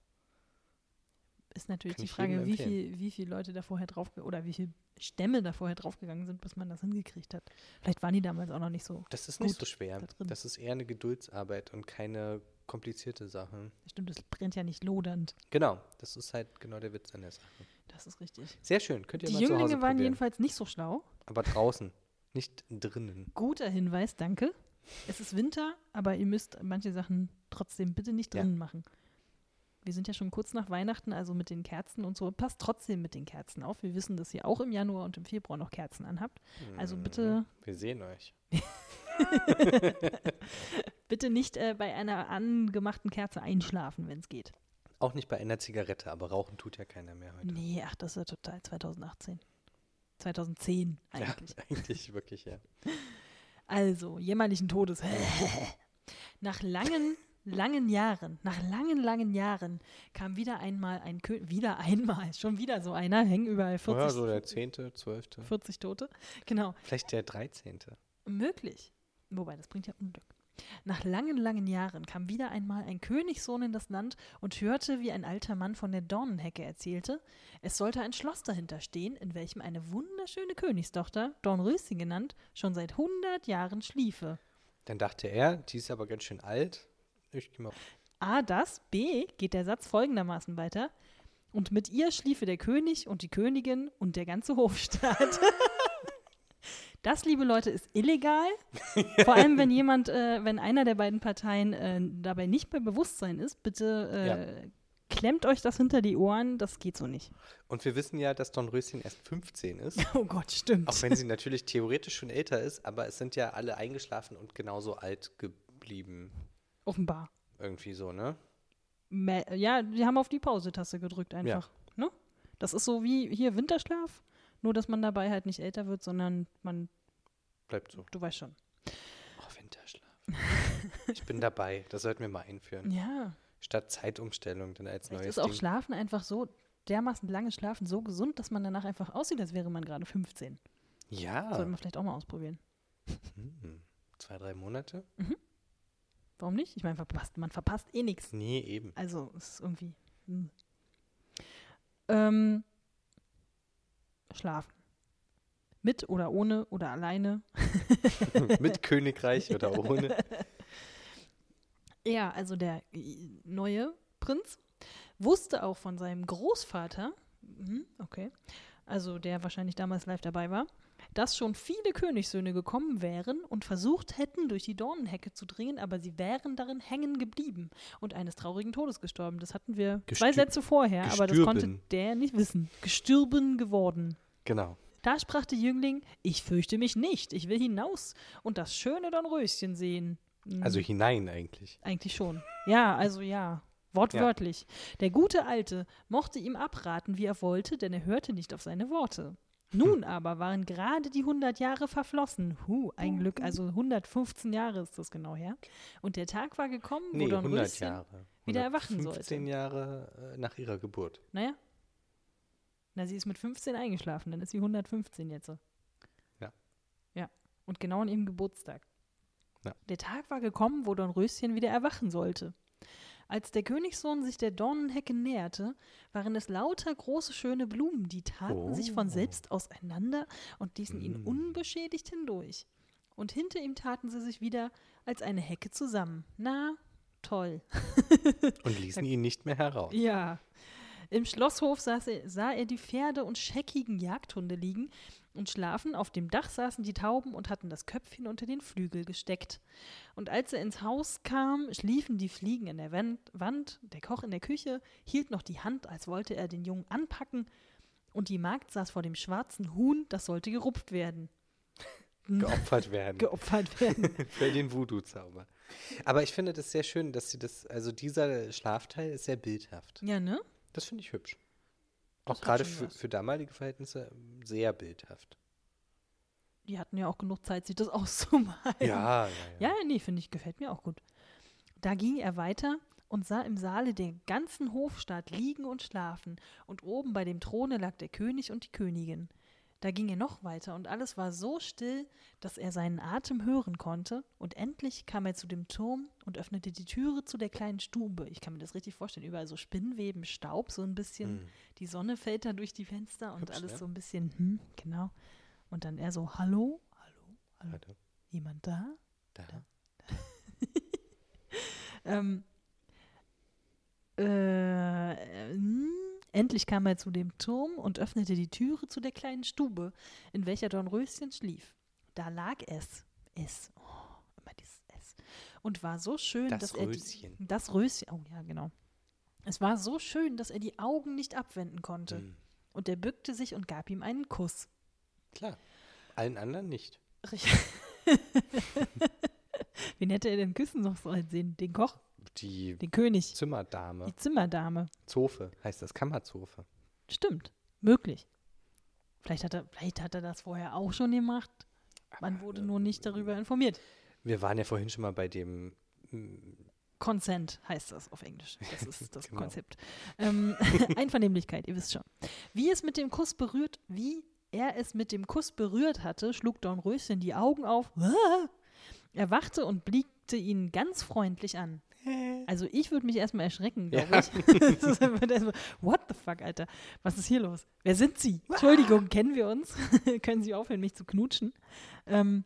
ist natürlich Kann die ich jedem Frage, wie empfehlen. viel, wie viele Leute da vorher drauf oder wie viele Stämme da vorher draufgegangen sind, bis man das hingekriegt hat. Vielleicht waren die damals auch noch nicht so. Das ist Gut, nicht so schwer. da drin. Das ist eher eine Geduldsarbeit und keine komplizierte Sache. Stimmt, das brennt ja nicht lodernd. Genau, das ist halt genau der Witz an der Sache. Das ist richtig. Sehr schön, könnt ihr Die mal zu Hause Jünglinge waren probieren. jedenfalls nicht so schlau. Aber draußen, nicht drinnen. Guter Hinweis, danke. Es ist Winter, aber ihr müsst manche Sachen trotzdem bitte nicht Ja. drinnen machen. Wir sind ja schon kurz nach Weihnachten, also mit den Kerzen und so. Passt trotzdem mit den Kerzen auf. Wir wissen, dass ihr auch im Januar und im Februar noch Kerzen anhabt. Also bitte, Mhm. Wir sehen euch. bitte nicht äh, bei einer angemachten Kerze einschlafen, wenn es geht. Auch nicht bei einer Zigarette, aber rauchen tut ja keiner mehr heute. Nee, ach, das ist ja total 2018. 2010 eigentlich. Ja, eigentlich wirklich, ja. Also, jämmerlichen Todes. nach langen, langen Jahren, nach langen, langen Jahren kam wieder einmal ein König, wieder einmal, schon wieder so einer, hängen überall 40, ja, so der 10., 12. 40 Tote. Genau, Vielleicht der 13. möglich. Wobei, das bringt ja Unglück. Nach langen, langen Jahren kam wieder einmal ein Königssohn in das Land und hörte, wie ein alter Mann von der Dornenhecke erzählte, es sollte ein Schloss dahinter stehen, in welchem eine wunderschöne Königstochter, Dornröschen genannt, schon seit 100 Jahren schliefe. Dann dachte er, die ist aber ganz schön alt. Ich geh mal. A das, B geht der Satz folgendermaßen weiter. Und mit ihr schliefe der König und die Königin und der ganze Hofstaat. Das, liebe Leute, ist illegal. Vor allem, wenn jemand, äh, wenn einer der beiden Parteien äh, dabei nicht bei Bewusstsein ist, bitte äh, klemmt euch das hinter die Ohren. Das geht so nicht. Und wir wissen ja, dass Dornröschen erst 15 ist. Oh Gott, stimmt. Auch wenn sie natürlich theoretisch schon älter ist, aber es sind ja alle eingeschlafen und genauso alt geblieben. Offenbar. Irgendwie so, ne? Me ja, die haben auf die Pause-Taste gedrückt einfach. Ne? Das ist so wie hier Winterschlaf, nur dass man dabei halt nicht älter wird, sondern man, Bleibt so. du weißt schon. Oh, Winterschlaf. Ich bin dabei. Das sollten wir mal einführen. Ja, Statt Zeitumstellung dann als vielleicht neues ist auch Ding. Schlafen einfach so, dermaßen lange Schlafen so gesund, dass man danach einfach aussieht, als wäre man gerade 15. Sollte Ja. man vielleicht auch mal ausprobieren. Hm. Zwei, drei Monate? Warum nicht? Ich meine, verpasst, man verpasst eh nichts. Nee, eben. Also, es ist irgendwie. Hm. Ähm, schlafen. Mit oder ohne oder alleine. Mit Königreich oder ohne. Ja, also der äh, neue Prinz wusste auch von seinem Großvater, mhm, okay, also der wahrscheinlich damals live dabei war, dass schon viele Königssöhne gekommen wären und versucht hätten, durch die Dornenhecke zu dringen, aber sie wären darin hängen geblieben und eines traurigen Todes gestorben. Das hatten wir zwei Gestü- Sätze vorher, aber das konnte gestürben. der nicht wissen. Gestürben geworden. Genau. Da sprach der Jüngling, ich fürchte mich nicht, ich will hinaus und das schöne Dornröschen sehen. Mhm. Also hinein eigentlich. Eigentlich schon. Ja, also ja. Wortwörtlich. Der gute Alte mochte ihm abraten, wie er wollte, denn er hörte nicht auf seine Worte. Hm. Nun aber waren gerade die 100 Jahre verflossen. Huh, ein Oh. Glück, also 115 Jahre ist das genau her. Und der Tag war gekommen, wo Nee, Don 100 Röschen, Jahre. wieder erwachen sollte. 15 Jahre äh, nach ihrer Geburt. naja, na, sie ist mit 15 eingeschlafen, dann ist sie 115 jetzt. so. Ja. Ja, und genau an ihrem Geburtstag. Ja. Der Tag war gekommen, wo Dornröschen wieder erwachen sollte. Als der Königssohn sich der Dornenhecke näherte, waren es lauter große schöne Blumen, die taten sich von Oh. selbst auseinander und ließen ihn Mm. unbeschädigt hindurch. Und hinter ihm taten sie sich wieder als eine Hecke zusammen. Na, toll. Und ließen ihn nicht mehr heraus. Ja. Im Schlosshof saß er, sah er die Pferde und scheckigen Jagdhunde liegen und schlafen. Auf dem Dach saßen die Tauben und hatten das Köpfchen unter den Flügel gesteckt. Und als er ins Haus kam, schliefen die Fliegen in der Wand. Wand. Der Koch in der Küche hielt noch die Hand, als wollte er den Jungen anpacken. Und die Magd saß vor dem schwarzen Huhn, das sollte gerupft werden. Geopfert werden. Geopfert werden. Für den Voodoo-Zauber. Aber ich finde das sehr schön, dass sie das, also dieser Schlafteil ist sehr bildhaft. ja, ne? Das finde ich hübsch. Auch hat gerade schon für, was. für damalige Verhältnisse ähm, sehr bildhaft. Die hatten ja auch genug Zeit, sich das auszumalen. Ja, Ja, ja, nee, finde ich, gefällt mir auch gut. Da ging er weiter und sah im Saale den ganzen Hofstaat liegen und schlafen, und oben bei dem Throne lag der König und die Königin. Da ging er noch weiter und alles war so still, dass er seinen Atem hören konnte. Und endlich kam er zu dem Turm und öffnete die Türe zu der kleinen Stube. Ich kann mir das richtig vorstellen. Überall so Spinnweben, Staub, so ein bisschen. Die Sonne fällt da durch die Fenster und Hübsch, alles ne? so ein bisschen, hm, genau. Und dann er so, hallo, hallo, hallo, Warte, jemand da? da. Ähm, äh, hm, endlich kam er zu dem Turm und öffnete die Türe zu der kleinen Stube, in welcher Dornröschen schlief. Da lag es. Es. Oh, immer dieses Es. Und war so schön, Das dass er Röschen. Die, das Röschen. Oh ja, genau. Es war so schön, dass er die Augen nicht abwenden konnte. Mhm. Und er bückte sich und gab ihm einen Kuss. Klar. Allen anderen nicht. Richtig. Wen hätte er denn küssen noch sollen sehen? Den Koch? Die Den König? Zimmerdame. Die Zimmerdame? Zofe heißt das, Kammerzofe. Stimmt, möglich. Vielleicht hat er, vielleicht hat er das vorher auch schon gemacht. Man Aber, wurde ne, nur nicht darüber informiert. Wir waren ja vorhin schon mal bei dem Consent heißt das auf Englisch. Das ist das Genau. Konzept. Ähm, Einvernehmlichkeit, ihr wisst schon. Wie es mit dem Kuss berührt, wie er es mit dem Kuss berührt hatte, schlug Dornröschen die Augen auf. Er wachte und blickte ihn ganz freundlich an. Also ich würde mich erstmal erschrecken, glaube Ja. ich. Das ist einfach erstmal, What the fuck, Alter? Was ist hier los? Wer sind Sie? Entschuldigung, kennen wir uns? Können Sie aufhören, mich zu knutschen? Ähm,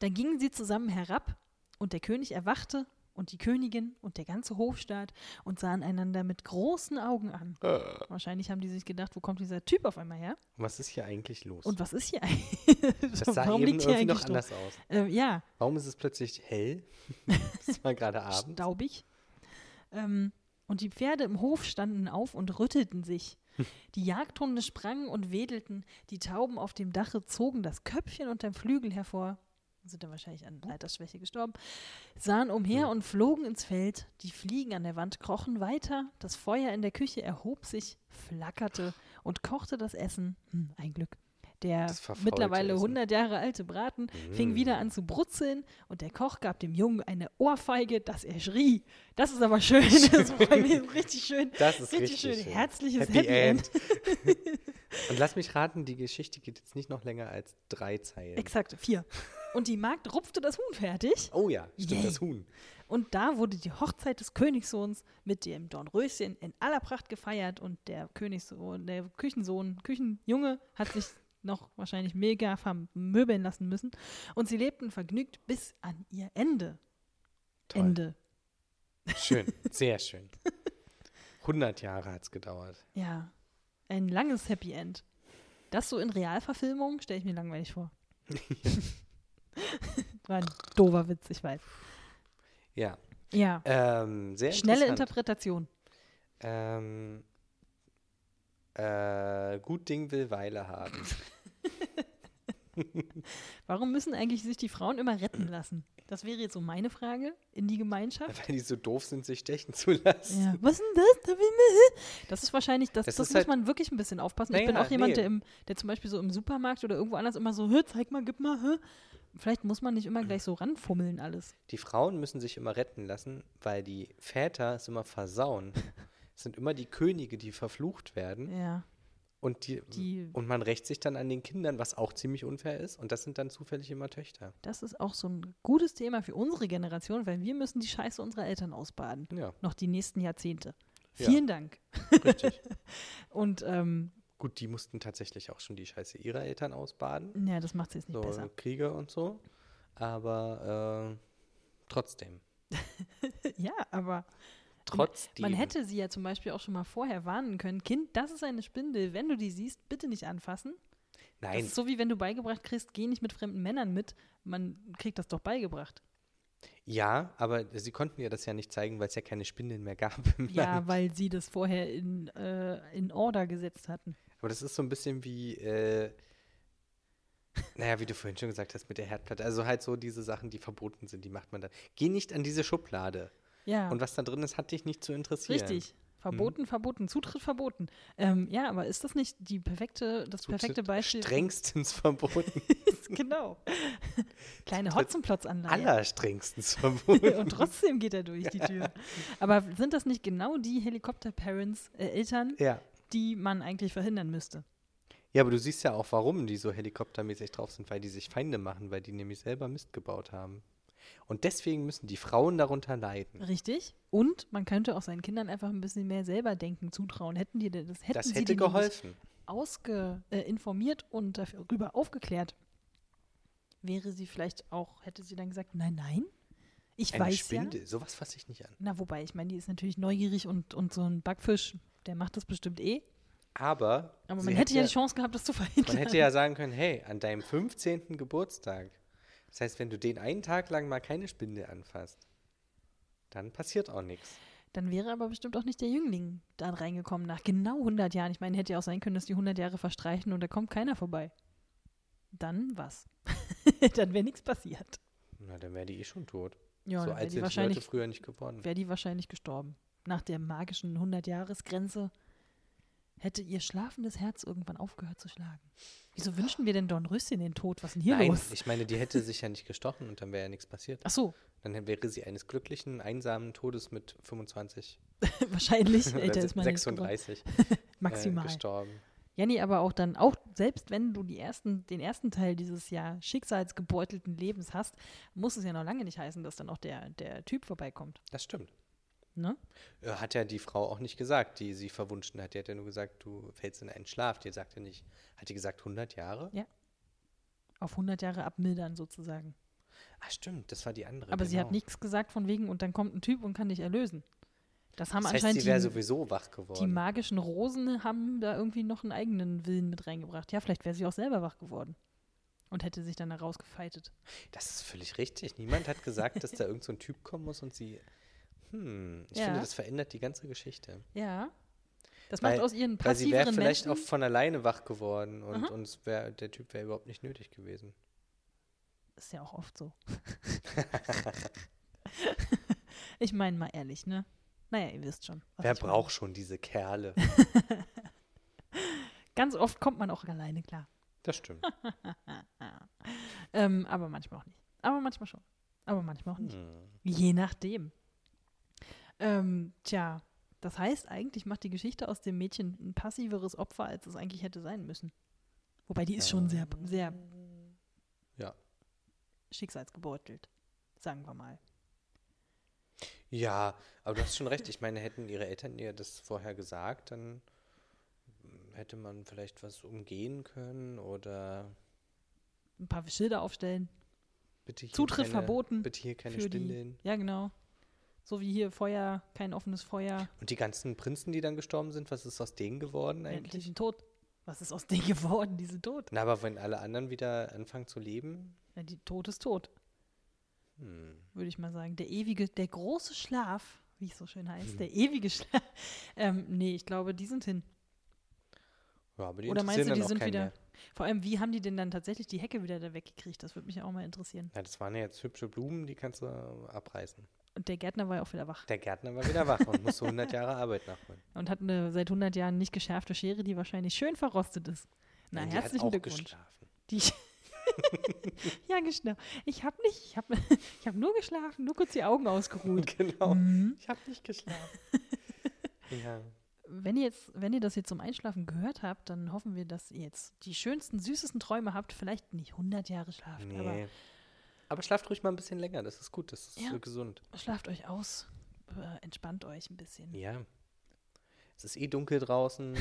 dann gingen sie zusammen herab und der König erwachte und die Königin und der ganze Hofstaat und sahen einander mit großen Augen an. Äh. Wahrscheinlich haben die sich gedacht, wo kommt dieser Typ auf einmal her? Was ist hier eigentlich los? Und was ist hier eigentlich? das sah Warum eben liegt hier irgendwie noch eigentlich anders Staub? aus. Ähm, ja, Warum ist es plötzlich hell? Es war gerade Abend. staubig. Ähm, und die Pferde im Hof standen auf und rüttelten sich. Hm. Die Jagdhunde sprangen und wedelten. Die Tauben auf dem Dache zogen das Köpfchen unterm Flügel hervor. Sind dann wahrscheinlich an Leiterschwäche gestorben. Sahen Hm. umher und flogen ins Feld. Die Fliegen an der Wand krochen weiter. Das Feuer in der Küche erhob sich, flackerte und kochte das Essen. Hm, ein Glück. Der Das verfaulte mittlerweile Essen. 100 Jahre alte Braten fing wieder an zu brutzeln und der Koch gab dem Jungen eine Ohrfeige, dass er schrie. Das ist aber schön. Das war bei mir richtig schön. Das ist richtig, richtig, schön. Herzliches Happy, End. End. Und lass mich raten, die Geschichte geht jetzt nicht noch länger als drei Zeilen. Exakt, vier. Und die Magd rupfte das Huhn fertig. oh ja, stimmt, Yay. das Huhn. Und da wurde die Hochzeit des Königssohns mit dem Dornröschen in aller Pracht gefeiert und der Königssohn, der Küchensohn, Küchenjunge hat sich noch wahrscheinlich mega vermöbeln lassen müssen. Und sie lebten vergnügt bis an ihr Ende. Toll. Ende. Schön, sehr schön. 100 Jahre hat es gedauert. Ja. Ein langes Happy End. Das so in Realverfilmung stelle ich mir langweilig vor. War ein dober Witz, ich weiß. Ja, Ja. ähm, sehr Schnelle interessant. Interpretation. Ähm, äh, gut Ding will Weile haben. Warum müssen eigentlich sich die Frauen immer retten lassen? Das wäre jetzt so meine Frage in die Gemeinschaft. Weil die so doof sind, sich stechen zu lassen. Ja. Was ist denn das? Da will ich mal- Das ist wahrscheinlich, das, das, Das ist muss halt- man wirklich ein bisschen aufpassen. ich Naja, bin auch jemand, nee. der, im, der zum Beispiel so im Supermarkt oder irgendwo anders immer so, "Hä, zeig mal, gib mal, hä? Vielleicht muss man nicht immer gleich so ranfummeln alles. Die Frauen müssen sich immer retten lassen, weil die Väter es immer versauen. Es sind immer die Könige, die verflucht werden. Ja. Und, die, Die- und man rächt sich dann an den Kindern, was auch ziemlich unfair ist. Und das sind dann zufällig immer Töchter. Das ist auch so ein gutes Thema für unsere Generation, weil wir müssen die Scheiße unserer Eltern ausbaden. Ja, Noch die nächsten Jahrzehnte. Ja. Vielen Dank. richtig. Und ähm, Gut, die mussten tatsächlich auch schon die Scheiße ihrer Eltern ausbaden. ja, das macht es jetzt nicht So Mhm. besser. Kriege und so. Aber äh, trotzdem. Ja, aber Trotzdem. man hätte sie ja zum Beispiel auch schon mal vorher warnen können. Kind, das ist eine Spindel. Wenn du die siehst, bitte nicht anfassen. Das Nein, ist so wie wenn du beigebracht kriegst, geh nicht mit fremden Männern mit. Man kriegt das doch beigebracht. ja, aber sie konnten ja das ja nicht zeigen, weil es ja keine Spindeln mehr gab. im Land. Ja, weil sie das vorher in, äh, in Order gesetzt hatten. Aber das ist so ein bisschen wie, äh, naja, wie du vorhin schon gesagt hast, mit der Herdplatte. Also halt so diese Sachen, die verboten sind, die macht man dann. Geh nicht an diese Schublade. Ja. Und was da drin ist, hat dich nicht zu interessieren. Richtig. Verboten, Mhm. verboten, Zutritt verboten. Ähm, ja, aber ist das nicht die perfekte, das Zutritt perfekte Beispiel? Strengstens verboten. genau. Kleine Zutritt Hotzenplotzanlage. Allerstrengstens verboten. Und trotzdem geht er durch die Tür. Aber sind das nicht genau die Helikopter-Parents, äh, Eltern, ja. die man eigentlich verhindern müsste? Ja, aber du siehst ja auch, warum die so helikoptermäßig drauf sind, weil die sich Feinde machen, weil die nämlich selber Mist gebaut haben. Und deswegen müssen die Frauen darunter leiden. Richtig. Und man könnte auch seinen Kindern einfach ein bisschen mehr selber denken, zutrauen. Hätten die denn das hätten das sie hätte die nämlich geholfen. ausge, äh, informiert und darüber aufgeklärt, wäre sie vielleicht auch, hätte sie dann gesagt, nein, nein, ich Eine weiß Spinde, ja. sowas fasse ich nicht an. Na, wobei, ich meine, die ist natürlich neugierig und, und so ein Backfisch, der macht das bestimmt eh. Aber, Aber sie man hätte ja die Chance gehabt, das zu verhindern. Man hätte ja sagen können, hey, an deinem 15. Geburtstag. Das heißt, wenn du den einen Tag lang mal keine Spinde anfasst, dann passiert auch nichts. Dann wäre aber bestimmt auch nicht der Jüngling da reingekommen nach genau 100 Jahren. Ich meine, hätte ja auch sein können, dass die 100 Jahre verstreichen und da kommt keiner vorbei. Dann was? dann wäre nichts passiert. Na, dann wäre die eh schon tot. Ja, so dann wäre alt die, sind die Leute wahrscheinlich- früher nicht geworden. wäre die wahrscheinlich gestorben. Nach der magischen 100-Jahres-Grenze hätte ihr schlafendes Herz irgendwann aufgehört zu schlagen. Wieso wünschen wir denn Dornröschen den Tod? Was ist denn hier Nein, los? ich meine, die hätte sich ja nicht gestochen und dann wäre ja nichts passiert. Ach so, Dann wäre sie eines glücklichen, einsamen Todes mit 25 wahrscheinlich. Älter oder ist man nicht geworden. 36 äh, Maximal. gestorben. Ja, nee, aber auch dann, auch selbst wenn du die ersten, den ersten Teil dieses ja schicksalsgebeutelten Lebens hast, muss es ja noch lange nicht heißen, dass dann auch der, der Typ vorbeikommt. Das stimmt. Ne? Äh, Hat ja die Frau auch nicht gesagt, die sie verwunschen hat. Die hat ja nur gesagt, du fällst in einen Schlaf. Die sagt ja nicht, hat die gesagt 100 Jahre? Auf 100 Jahre abmildern sozusagen. Ah, stimmt, das war die andere. Aber sie hat genau. nichts gesagt von wegen, und dann kommt ein Typ und kann dich erlösen. Das haben Das heißt, anscheinend sie wäre die, sowieso wach die geworden. magischen Rosen haben da irgendwie noch einen eigenen Willen mit reingebracht. Ja, vielleicht wäre sie auch selber wach geworden und hätte sich dann herausgefeitet. das ist völlig richtig. Niemand hat gesagt, dass da irgend so ein Typ kommen muss und sie. Hm, ich Ja. finde, das verändert die ganze Geschichte. Ja. Das Weil- macht aus ihren Weil sie wäre passiveren vielleicht Menschen. auch von alleine wach geworden und, und es wär, der Typ wäre überhaupt nicht nötig gewesen. Ist ja auch oft so. ich meine mal ehrlich, ne? Naja, ihr wisst schon. was Wer ich meine. braucht schon diese Kerle? Ganz oft kommt man auch alleine klar. Das stimmt. Ähm, aber manchmal auch nicht. Aber manchmal schon. Aber manchmal auch nicht. Hm. Je nachdem. Ähm, tja, das heißt, eigentlich macht die Geschichte aus dem Mädchen ein passiveres Opfer, als es eigentlich hätte sein müssen. Wobei die ist schon sehr, sehr Ähm, Ja. schicksalsgebeutelt, sagen wir mal. Ja, aber du hast schon recht. Ich meine, hätten ihre Eltern ihr das vorher gesagt, dann hätte man vielleicht was umgehen können oder Ein paar Schilder aufstellen, bitte hier Zutritt keine, verboten Bitte hier keine für die- Spindeln. Ja, genau. So wie hier Feuer, kein offenes Feuer, Und die ganzen Prinzen, die dann gestorben sind, was ist aus denen geworden endlich eigentlich? sind tot. Was ist aus denen geworden? Die sind tot. Na, aber wenn alle anderen wieder anfangen zu leben, Ja, die Tod ist tot, hm. würde ich mal sagen. Der ewige, der große Schlaf, wie es so schön heißt, Mhm. der ewige Schlaf. Ähm, nee, ich glaube, die sind hin. ja, aber die Oder meinst du, interessieren die dann auch sind keinen wieder. mehr. Vor allem, wie haben die denn dann tatsächlich die Hecke wieder da weggekriegt? Das würde mich ja auch mal interessieren. Na, das waren ja jetzt hübsche Blumen, die kannst du abreißen. Und der Gärtner war ja auch wieder wach Der Gärtner war wieder wach und musste 100 Jahre Arbeit nachholen. und hat eine seit 100 Jahren nicht geschärfte Schere, die wahrscheinlich schön verrostet ist. Na, Nein, die hat herzlichen auch Glückwunsch. geschlafen. Die ja, genau. Ich habe nicht, ich habe ich hab nur geschlafen, nur kurz die Augen ausgeruht. Genau. Mhm. Ich habe nicht geschlafen. ja. Wenn ihr, jetzt, wenn ihr das jetzt zum Einschlafen gehört habt, dann hoffen wir, dass ihr jetzt die schönsten, süßesten Träume habt. Vielleicht nicht 100 Jahre schlaft, Nee. aber Aber, schlaft ruhig mal ein bisschen länger, das ist gut, das ist Ja. so gesund. schlaft euch aus, äh, entspannt euch ein bisschen. Ja. Es ist eh dunkel draußen,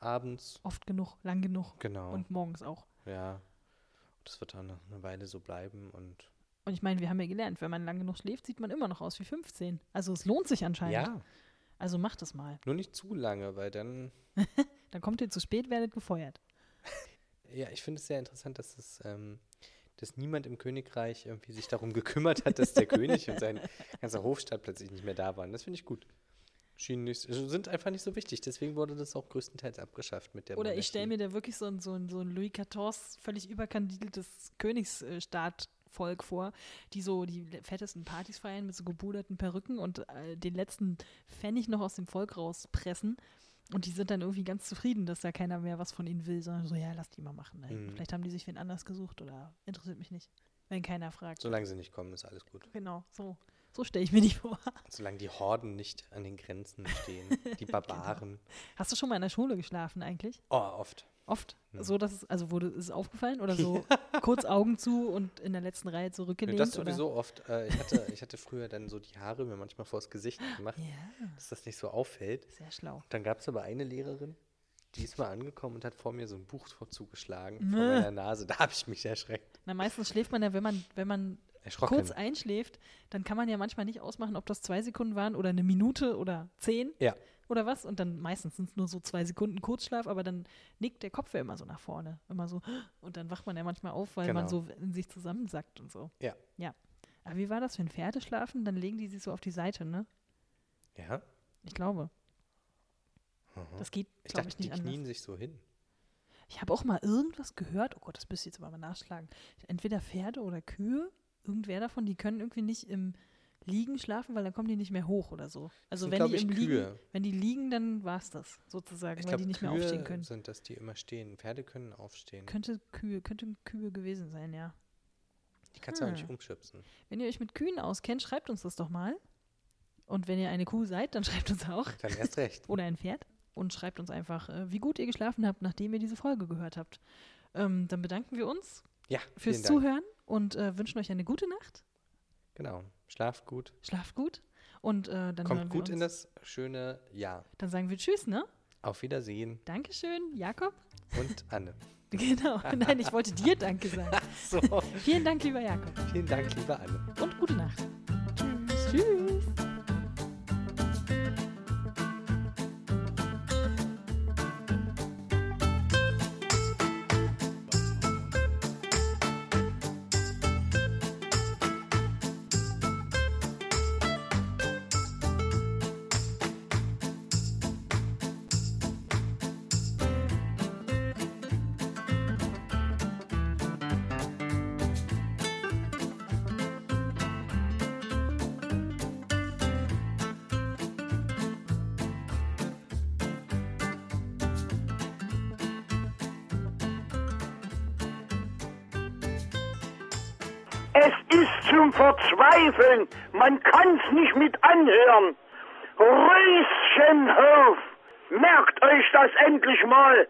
abends. Oft genug, lang genug Genau. und morgens auch. Ja. Das wird dann noch eine Weile so bleiben und Und ich meine, wir haben ja gelernt, wenn man lang genug schläft, sieht man immer noch aus wie 15. Also es lohnt sich anscheinend. ja, Also macht es mal. nur nicht zu lange, weil dann Dann kommt ihr zu spät, werdet gefeuert. ja, ich finde es sehr interessant, dass es ähm, dass niemand im Königreich irgendwie sich darum gekümmert hat, dass der König und sein ganzer Hofstaat plötzlich nicht mehr da waren. Das finde ich gut. Schienen nicht, also sind einfach nicht so wichtig. Deswegen wurde das auch größtenteils abgeschafft mit der Oder ich stelle Monarchie. mir da wirklich so ein, so ein, so ein Louis XIV völlig überkandideltes Königsstaatvolk vor, die so die le- fettesten Partys feiern mit so gebuderten Perücken und äh, den letzten Pfennig noch aus dem Volk rauspressen. Und die sind dann irgendwie ganz zufrieden, dass da keiner mehr was von ihnen will, sondern so, ja, lass die mal machen. ey. Mhm. Vielleicht haben die sich wen anders gesucht oder interessiert mich nicht, wenn keiner fragt. Solange sie nicht kommen, ist alles gut. Genau, so. So stelle ich mir die vor. Solange die Horden nicht Genau. an den Grenzen stehen. Die Barbaren. Hast du schon mal in der Schule geschlafen eigentlich? Oh, oft. Oft. So, dass es, also wurde ist es aufgefallen oder so kurz Augen zu und in der letzten Reihe Nee, zurückgelehnt? das oder? sowieso oft. Äh, ich, hatte, ich hatte früher dann so die Haare mir manchmal vors Gesicht gemacht, Ja, dass das nicht so auffällt. sehr schlau. Dann gab es aber eine Lehrerin, die ist mal angekommen und hat vor mir so ein Buch vor- zugeschlagen, Mäh. vor meiner Nase. Da habe ich mich erschreckt. Na, meistens schläft man ja, wenn man, wenn man Erschrocken. kurz einschläft, dann kann man ja manchmal nicht ausmachen, ob das zwei Sekunden waren oder eine Minute oder zehn ja, oder was. Und dann meistens sind es nur so zwei Sekunden Kurzschlaf, aber dann nickt der Kopf ja immer so nach vorne. Immer so. Und dann wacht man ja manchmal auf, weil man Genau. so in sich zusammensackt und so. ja, Ja. Aber wie war das, wenn Pferde schlafen? Dann legen die sich so auf die Seite, ne? ja. Ich glaube. Das geht, Mhm. Ich dachte, glaube ich, die nicht anders. knien sich so hin. Ich habe auch mal irgendwas gehört, oh Gott, das müsste ich jetzt aber mal nachschlagen. Entweder Pferde oder Kühe, irgendwer davon, die können irgendwie nicht im Liegen schlafen, weil dann kommen die nicht mehr hoch oder so. Also sind, wenn glaub die ich, im Liegen, Kühe. wenn die liegen, dann war es das sozusagen, Ich weil die glaube, nicht mehr aufstehen Kühe können. sind das, die immer stehen. Pferde können aufstehen. Könnte Kühe, könnten Kühe gewesen sein, ja. die kannst du auch nicht Hm. umschubsen. Wenn ihr euch mit Kühen auskennt, schreibt uns das doch mal. Und wenn ihr eine Kuh seid, dann schreibt uns auch. Dann erst recht. oder ein Pferd und schreibt uns einfach, äh, wie gut ihr geschlafen habt, nachdem ihr diese Folge gehört habt. Ähm, dann bedanken wir uns Ja, fürs vielen Dank. Zuhören und äh, wünschen euch eine gute Nacht. Genau. Schlaf gut. Schlaft gut und äh, dann hören Kommt wir gut uns. in das schöne Jahr. Dann sagen wir Tschüss, ne? Auf Wiedersehen Dankeschön, Jakob. und Anne. Genau. Nein, ich wollte dir Danke sagen. So, Vielen Dank, lieber Jakob. vielen Dank, liebe Anne. Und gute Nacht. Tschüss. Tschüss. Es ist zum Verzweifeln. Man kann's nicht mit anhören. Röschenhof. Merkt euch das endlich mal.